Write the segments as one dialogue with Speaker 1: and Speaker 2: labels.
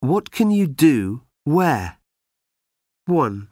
Speaker 1: What can you do where? 1,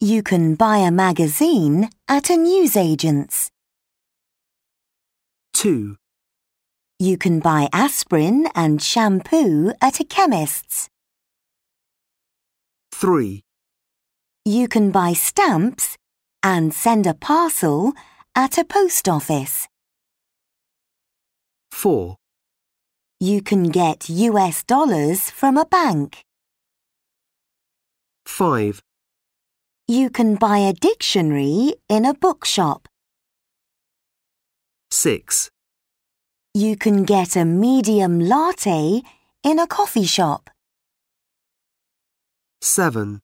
Speaker 2: You can buy a magazine at a newsagent's.
Speaker 1: 2,
Speaker 2: You can buy aspirin and shampoo at a chemist's.
Speaker 1: 3,
Speaker 2: You can buy stamps and send a parcel at a post office.
Speaker 1: 4,
Speaker 2: You can get US dollars from a bank.
Speaker 1: 5,
Speaker 2: You can buy a dictionary in a bookshop.
Speaker 1: 6,
Speaker 2: You can get a medium latte in a coffee shop.
Speaker 1: 7,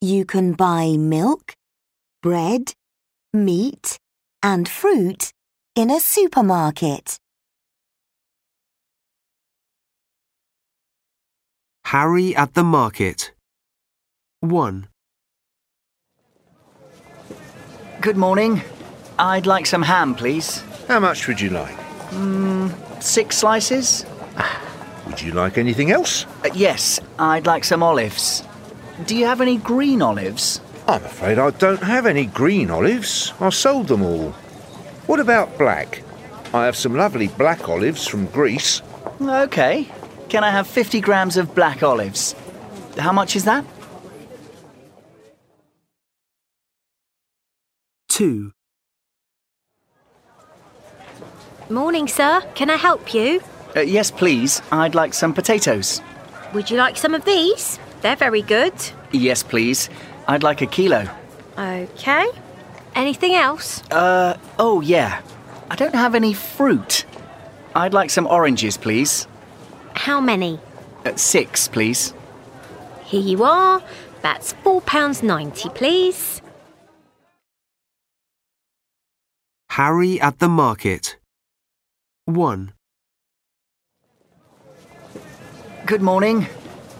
Speaker 2: You can buy milk, bread, meat, and fruit in a supermarket.
Speaker 1: Harry at the market. 1,
Speaker 3: Good morning. I'd like some ham, please.
Speaker 4: How much would you like?
Speaker 3: Mm, Six slices?
Speaker 4: Would you like anything else?
Speaker 3: Uh, yes, I'd like some olives. Do you have any green olives?
Speaker 4: I'm afraid I don't have any green olives. I sold them all. What about black? I have some lovely black olives from Greece.
Speaker 3: Okay. Can I have 50 grams of black olives? How much is that?
Speaker 1: 2,
Speaker 5: Morning, sir. Can I help you?
Speaker 3: Uh, yes, please. I'd like some potatoes.
Speaker 5: Would you like some of these? They're very good.
Speaker 3: Yes, please. I'd like a kilo.
Speaker 5: Okay. Anything else?
Speaker 3: Uh, oh, yeah. I don't have any fruit. I'd like some oranges, please.
Speaker 5: How many?
Speaker 3: Uh, six, please.
Speaker 5: Here you are. That's £4.90, please.
Speaker 1: Harry at the market. 1,
Speaker 3: Good morning.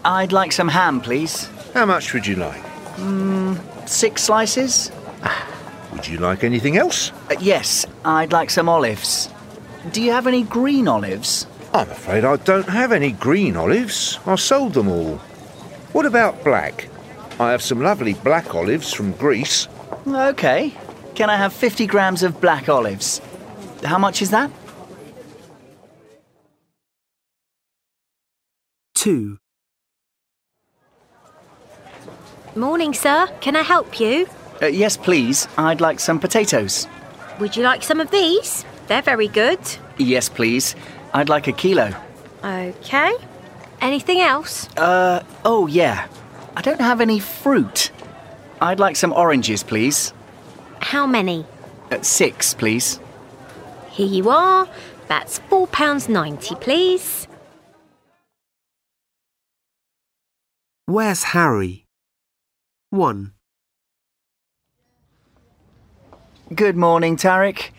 Speaker 3: I'd like some ham, please.
Speaker 4: How much would you like?
Speaker 3: Mm, Six slices?
Speaker 4: Would you like anything else?
Speaker 3: Uh, yes, I'd like some olives. Do you have any green olives?
Speaker 4: I'm afraid I don't have any green olives. I sold them all. What about black? I have some lovely black olives from Greece.
Speaker 3: Okay. Can I have 50 grams of black olives? How much is that?
Speaker 1: 2,
Speaker 5: Morning, sir. Can I help you?
Speaker 3: Uh, yes, please. I'd like some potatoes.
Speaker 5: Would you like some of these? They're very good.
Speaker 3: Yes, please. I'd like a kilo.
Speaker 5: Okay. Anything else?
Speaker 3: Uh, oh, yeah. I don't have any fruit. I'd like some oranges, please.
Speaker 5: How many?
Speaker 3: Uh, six, please.
Speaker 5: Here you are. That's £4.90, please.
Speaker 1: Where's Harry? 1,
Speaker 3: Good morning, Tarek.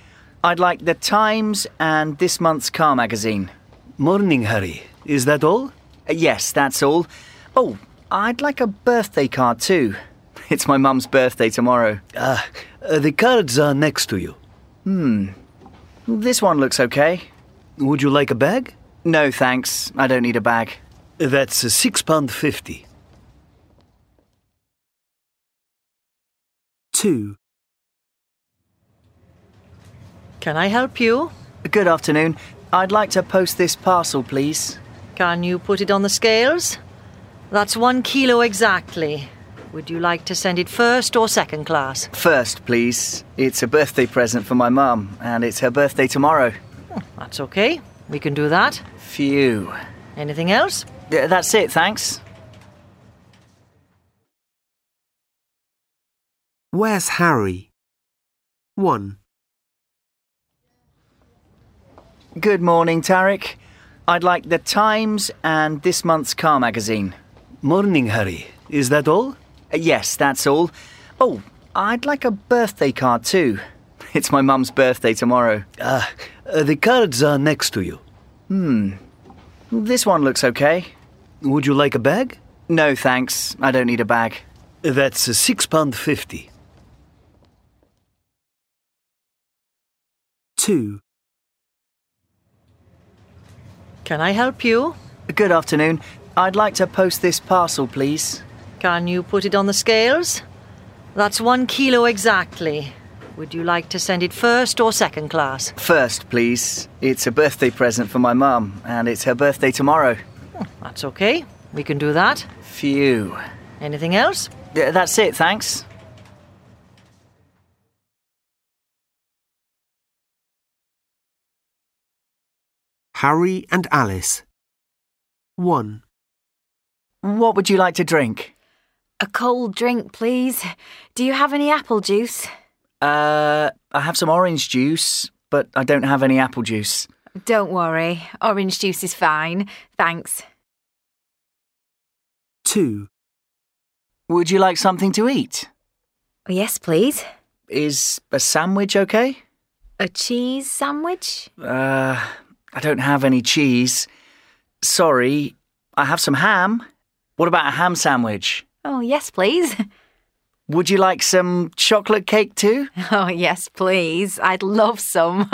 Speaker 3: I'd like the Times and this month's car magazine.
Speaker 6: Morning, Harry. Is that all?
Speaker 3: Uh, yes, that's all. Oh, I'd like a birthday card too. It's my mum's birthday tomorrow.
Speaker 6: Ah, uh, the cards are next to you.
Speaker 4: Hmm,
Speaker 3: This one looks okay.
Speaker 6: Would you like a bag?
Speaker 3: No, thanks. I don't need a bag.
Speaker 6: That's uh, six pound fifty.
Speaker 1: 2,
Speaker 7: Can I help you?
Speaker 3: Good afternoon. I'd like to post this parcel, please.
Speaker 7: Can you put it on the scales? That's one kilo exactly. Would you like to send it first or second class?
Speaker 3: First, please. It's a birthday present for my mum, and it's her birthday tomorrow.
Speaker 7: Oh, That's okay. We can do that.
Speaker 3: Phew.
Speaker 7: Anything else?
Speaker 3: Th- That's it, thanks.
Speaker 1: Where's Harry? 1,
Speaker 3: Good morning, Tarek. I'd like the Times and this month's car magazine.
Speaker 6: Morning, Harry. Is that all?
Speaker 3: Uh, Yes, that's all. Oh, I'd like a birthday card too. It's my mum's birthday tomorrow.
Speaker 6: Ah, uh, the cards are next to you.
Speaker 4: hmm.
Speaker 3: This one looks okay.
Speaker 6: Would you like a bag?
Speaker 3: No, thanks. I don't need a bag.
Speaker 6: That's uh, six pound fifty.
Speaker 1: 2,
Speaker 7: Can I help you?
Speaker 3: Good afternoon. I'd like to post this parcel, please.
Speaker 7: Can you put it on the scales? That's one kilo exactly. Would you like to send it first or second class?
Speaker 3: First, please. It's a birthday present for my mum, and it's her birthday tomorrow.
Speaker 7: Oh, That's okay. We can do that.
Speaker 3: Phew.
Speaker 7: Anything else?
Speaker 3: Th- That's it, thanks.
Speaker 1: Harry and Alice. 1.
Speaker 3: What would you like to drink?
Speaker 8: A cold drink, please. Do you have any apple juice?
Speaker 3: Uh, I have some orange juice, but I don't have any apple juice.
Speaker 8: Don't worry, orange juice is fine. Thanks.
Speaker 1: 2.
Speaker 3: Would you like something to eat?
Speaker 8: Oh, Yes, please.
Speaker 3: Is a sandwich okay?
Speaker 8: A cheese sandwich?
Speaker 3: Uh, I don't have any cheese. Sorry, I have some ham. What about a ham sandwich?
Speaker 8: Oh, yes, please.
Speaker 3: Would you like some chocolate cake too?
Speaker 8: Oh, yes, please. I'd love some.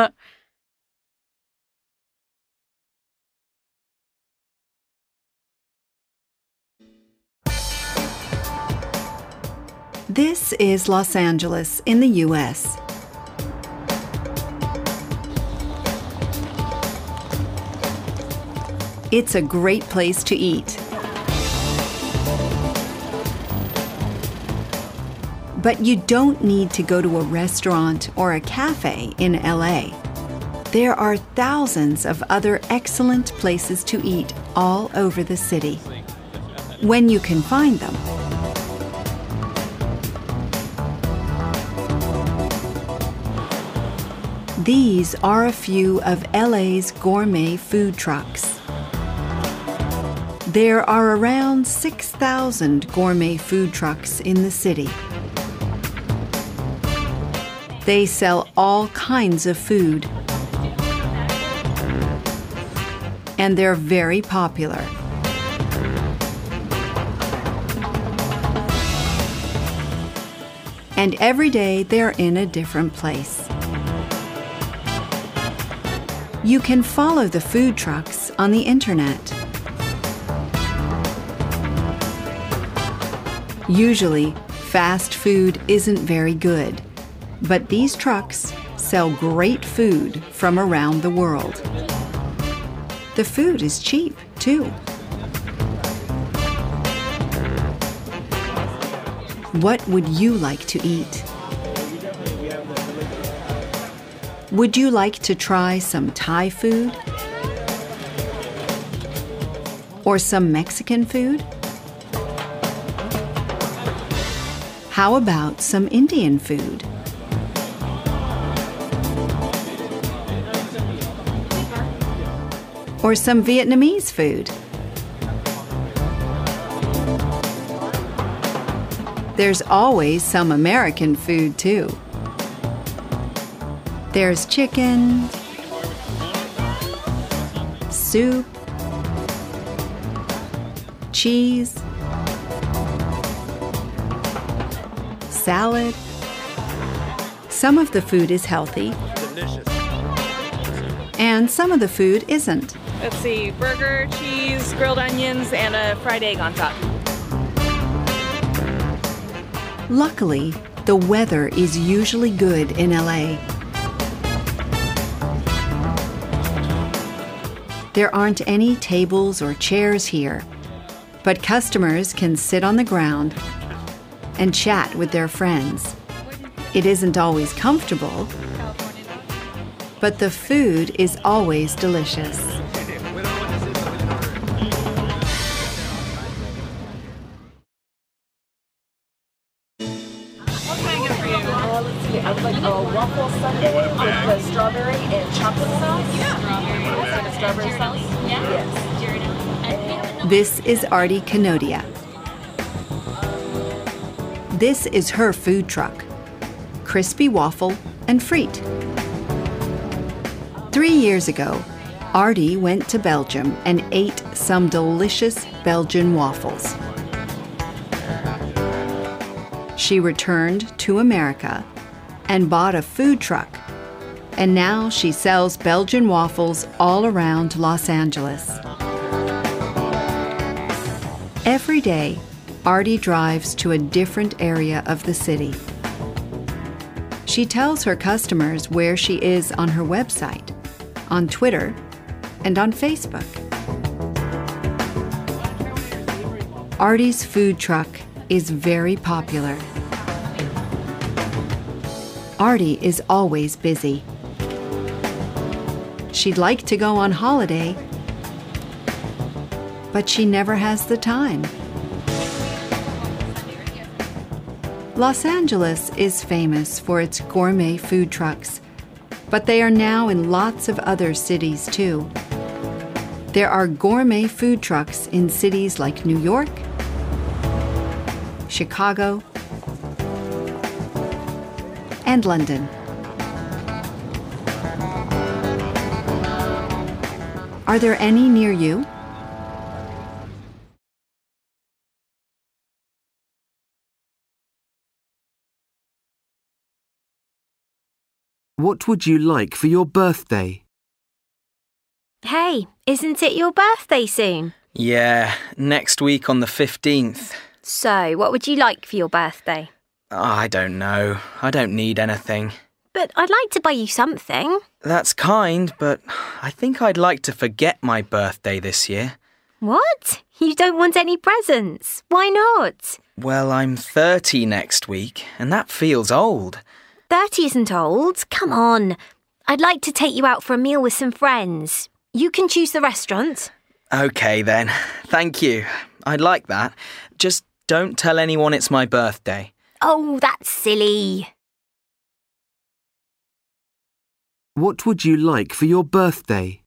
Speaker 9: This is Los Angeles in the US. It's a great place to eat. But you don't need to go to a restaurant or a cafe in LA. There are thousands of other excellent places to eat all over the city. When you can find them. These are a few of LA's gourmet food trucks. There are around 6,000 gourmet food trucks in the city. They sell all kinds of food. And they're very popular. And every day they're in a different place. You can follow the food trucks on the internet. Usually, fast food isn't very good, but these trucks sell great food from around the world. The food is cheap, too. What would you like to eat? Would you like to try some Thai food? Or some Mexican food? How about some Indian food? Or some Vietnamese food? There's always some American food, too. There's chicken, soup, cheese, salad. Some of the food is healthy, and some of the food isn't.
Speaker 10: Let's see, burger, cheese, grilled onions, and a fried egg on top.
Speaker 9: Luckily, the weather is usually good in LA. There aren't any tables or chairs here, but customers can sit on the ground and chat with their friends. It isn't always comfortable, but the food is always delicious. This is Artie Canodia. This is her food truck crispy waffle and frite. Three years ago, Artie went to Belgium and ate some delicious Belgian waffles. She returned to America and bought a food truck, and now she sells Belgian waffles all around Los Angeles. Every day, Artie drives to a different area of the city. She tells her customers where she is on her website, on Twitter, and on Facebook. Artie's food truck is very popular. Artie is always busy. She'd like to go on holiday, but she never has the time. Los Angeles is famous for its gourmet food trucks, but they are now in lots of other cities too. There are gourmet food trucks in cities like New York, Chicago, and London. Are there any near you?
Speaker 1: What would you like for your birthday?
Speaker 5: Hey, isn't it your birthday soon?
Speaker 11: Yeah, next week on the 15th.
Speaker 5: So, what would you like for your birthday?
Speaker 11: I don't know. I don't need anything.
Speaker 5: But I'd like to buy you something.
Speaker 11: That's kind, but I think I'd like to forget my birthday this year.
Speaker 5: What? You don't want any presents? Why not?
Speaker 11: Well, I'm 30 next week, and that feels old.
Speaker 5: 30 isn't old. Come on. I'd like to take you out for a meal with some friends. You can choose the restaurant.
Speaker 11: Okay, then. Thank you. I'd like that. Just don't tell anyone it's my birthday.
Speaker 5: Oh, that's silly.
Speaker 1: What would you like for your birthday?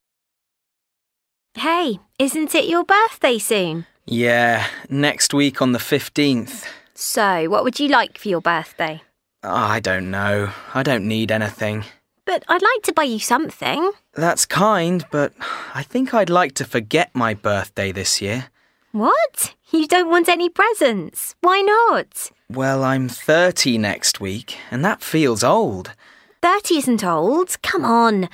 Speaker 5: Hey, isn't it your birthday soon?
Speaker 11: Yeah, next week on the 15th.
Speaker 5: So, what would you like for your birthday?
Speaker 11: I don't know. I don't need anything.
Speaker 5: But I'd like to buy you something.
Speaker 11: That's kind, but I think I'd like to forget my birthday this year.
Speaker 5: What? You don't want any presents? Why not?
Speaker 11: Well, I'm 30 next week, and that feels old.
Speaker 5: 30 isn't old. Come on.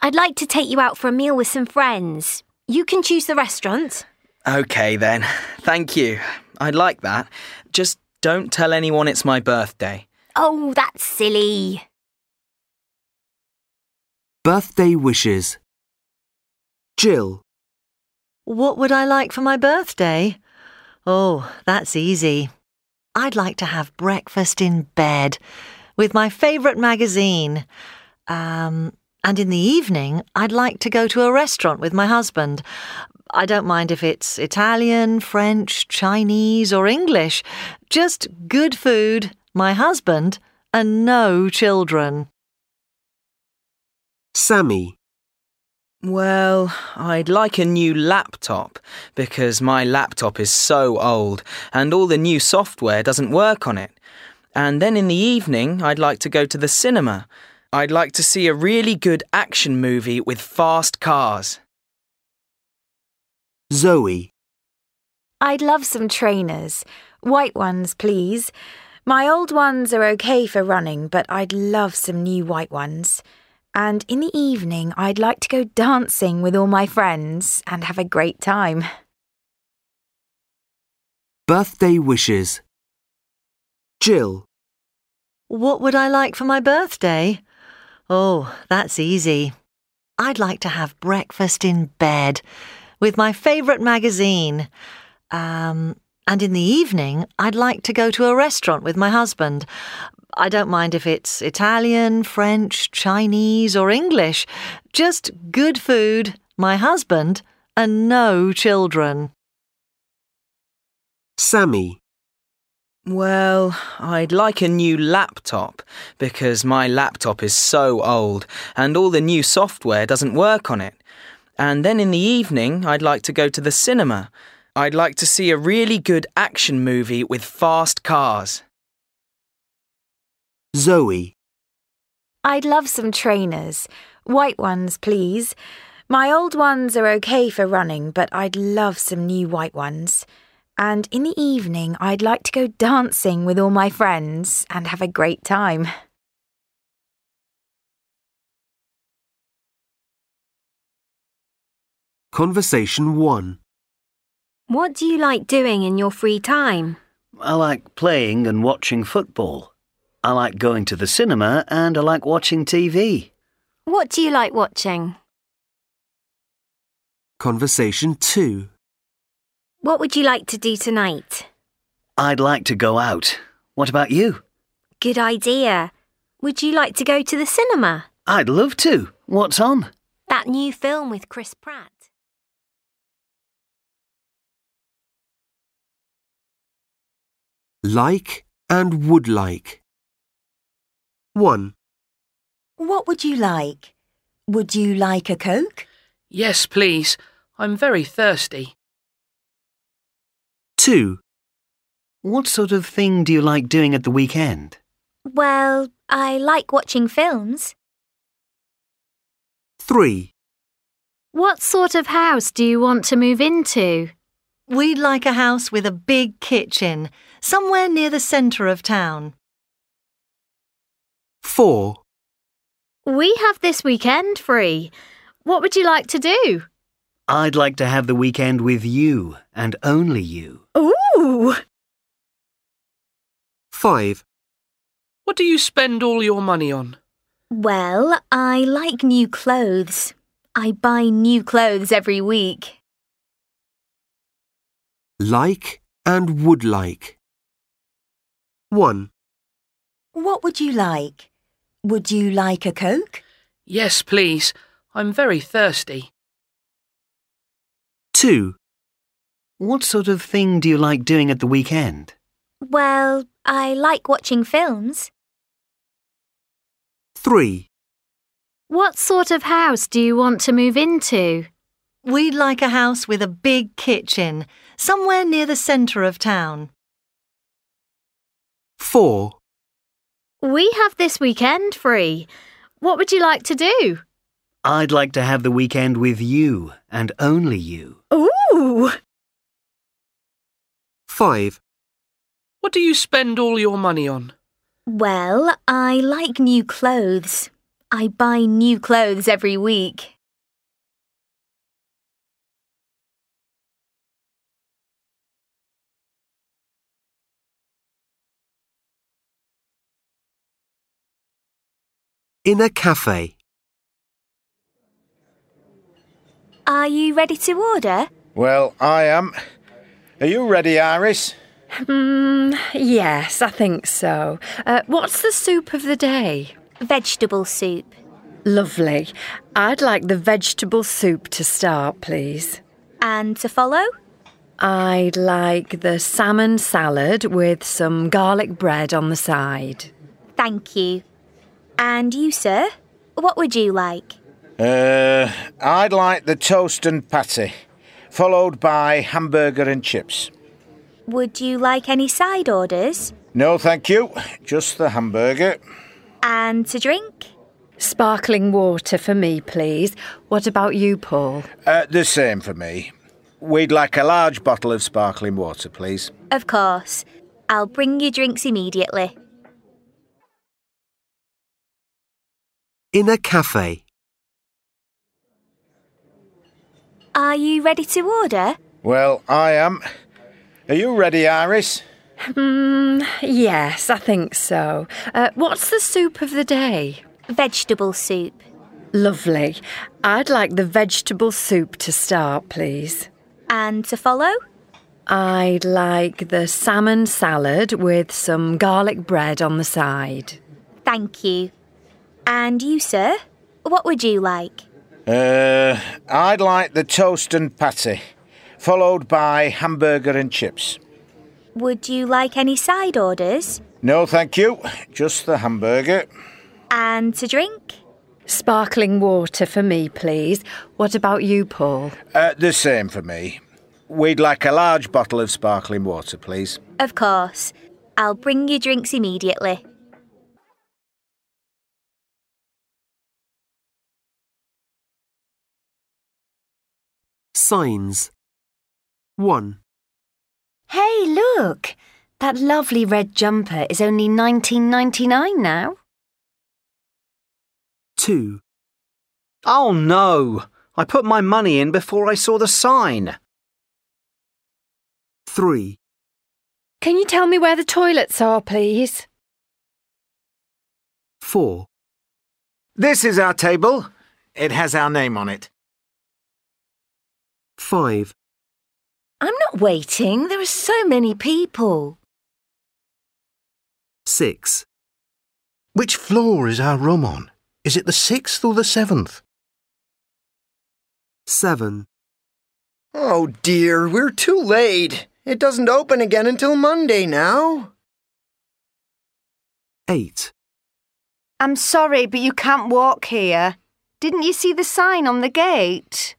Speaker 5: I'd like to take you out for a meal with some friends. You can choose the restaurant.
Speaker 11: Okay, then. Thank you. I'd like that. Just don't tell anyone it's my birthday.
Speaker 5: Oh, that's silly.
Speaker 1: Birthday wishes. Jill,
Speaker 7: What would I like for my birthday? Oh, that's easy. I'd like to have breakfast in bed with my favourite magazine. Um, and in the evening, I'd like to go to a restaurant with my husband. I don't mind if it's Italian, French, Chinese, or English. Just good food, my husband, and no children.
Speaker 1: Sammy,
Speaker 11: Well, I'd like a new laptop because my laptop is so old and all the new software doesn't work on it. And then in the evening, I'd like to go to the cinema. I'd like to see a really good action movie with fast cars.
Speaker 1: Zoe,
Speaker 8: I'd love some trainers. White ones, please. My old ones are okay for running, but I'd love some new white ones. And in the evening, I'd like to go dancing with all my friends and have a great time.
Speaker 1: birthday wishes. Jill,
Speaker 7: What would I like for my birthday? Oh, that's easy. I'd like to have breakfast in bed with my favourite magazine. Um, and in the evening, I'd like to go to a restaurant with my husband. I don't mind if it's Italian, French, Chinese, or English. Just good food, my husband, and no children.
Speaker 1: Sammy,
Speaker 11: Well, I'd like a new laptop because my laptop is so old and all the new software doesn't work on it. And then in the evening, I'd like to go to the cinema. I'd like to see a really good action movie with fast cars.
Speaker 1: Zoe,
Speaker 8: I'd love some trainers. White ones, please. My old ones are okay for running, but I'd love some new white ones. And in the evening, I'd like to go dancing with all my friends and have a great time.
Speaker 1: Conversation 1.
Speaker 5: What do you like doing in your free time?
Speaker 6: I like playing and watching football. I like going to the cinema and I like watching TV.
Speaker 5: What do you like watching?
Speaker 1: Conversation 2.
Speaker 5: What would you like to do tonight?
Speaker 6: I'd like to go out. What about you?
Speaker 5: Good idea. Would you like to go to the cinema?
Speaker 6: I'd love to. What's on?
Speaker 5: That new film with Chris Pratt.
Speaker 1: Like and would like. 1.
Speaker 2: What would you like? Would you like a Coke?
Speaker 12: Yes, please. I'm very thirsty.
Speaker 1: 2.
Speaker 6: What sort of thing do you like doing at the weekend?
Speaker 5: Well, I like watching films.
Speaker 1: 3.
Speaker 13: What sort of house do you want to move into?
Speaker 7: We'd like a house with a big kitchen, somewhere near the centre of town.
Speaker 1: 4.
Speaker 13: We have this weekend free. What would you like to do?
Speaker 6: I'd like to have the weekend with you and only you.
Speaker 13: Ooh!
Speaker 1: 5.
Speaker 12: What do you spend all your money on?
Speaker 5: Well, I like new clothes. I buy new clothes every week.
Speaker 1: Like and would like. 1.
Speaker 2: What would you like? Would you like a Coke?
Speaker 12: Yes, please. I'm very thirsty.
Speaker 1: 2.
Speaker 6: What sort of thing do you like doing at the weekend?
Speaker 5: Well, I like watching films.
Speaker 1: 3.
Speaker 13: What sort of house do you want to move into?
Speaker 7: We'd like a house with a big kitchen, somewhere near the centre of town.
Speaker 1: 4.
Speaker 13: We have this weekend free. What would you like to do?
Speaker 6: I'd like to have the weekend with you and only you.
Speaker 13: Ooh!
Speaker 1: 5.
Speaker 12: What do you spend all your money on?
Speaker 5: Well, I like new clothes. I buy new clothes every week.
Speaker 1: In a cafe.
Speaker 5: Are you ready to order?
Speaker 4: Well, I am. Are you ready, Iris?
Speaker 10: Mm, yes, I think so. Uh, what's the soup of the day?
Speaker 5: Vegetable soup.
Speaker 10: Lovely. I'd like the vegetable soup to start, please.
Speaker 5: And to follow?
Speaker 10: I'd like the salmon salad with some garlic bread on the side.
Speaker 5: Thank you. And you, sir? What would you like?
Speaker 4: Uh, I'd like the toast and patty, followed by hamburger and chips.
Speaker 5: Would you like any side orders?
Speaker 4: No, thank you. Just the hamburger.
Speaker 5: And to drink?
Speaker 10: Sparkling water for me, please. What about you, Paul?
Speaker 4: Uh, the same for me. We'd like a large bottle of sparkling water, please.
Speaker 5: Of course. I'll bring you drinks immediately.
Speaker 1: In a cafe.
Speaker 5: Are you ready to order?
Speaker 4: Well, I am. Are you ready, Iris?
Speaker 10: Mm, yes, I think so. Uh, what's the soup of the day?
Speaker 5: Vegetable soup.
Speaker 10: Lovely. I'd like the vegetable soup to start, please.
Speaker 5: And to follow?
Speaker 10: I'd like the salmon salad with some garlic bread on the side.
Speaker 5: Thank you. And you, sir? What would you like?
Speaker 4: Uh, I'd like the toast and patty followed by hamburger and chips.
Speaker 5: Would you like any side orders?
Speaker 4: No, thank you. Just the hamburger.
Speaker 5: And to drink?
Speaker 10: Sparkling water for me, please. What about you, Paul?
Speaker 4: Uh, the same for me. We'd like a large bottle of sparkling water, please.
Speaker 5: Of course. I'll bring you drinks immediately.
Speaker 1: Signs 1.
Speaker 5: Hey, look! That lovely red jumper is only 19.99 now.
Speaker 1: 2.
Speaker 11: Oh no! I put my money in before I saw the sign.
Speaker 14: 3.
Speaker 15: Can you tell me where the toilets are, please?
Speaker 14: 4.
Speaker 16: This is our table. It has our name on it.
Speaker 14: 5.
Speaker 2: I'm not waiting. There are so many people.
Speaker 14: 6.
Speaker 1: Which floor is our room on? Is it the sixth or the seventh?
Speaker 14: 7.
Speaker 17: Oh dear, we're too late. It doesn't open again until Monday now.
Speaker 14: 8.
Speaker 18: I'm sorry, but you can't walk here. Didn't you see the sign on the gate?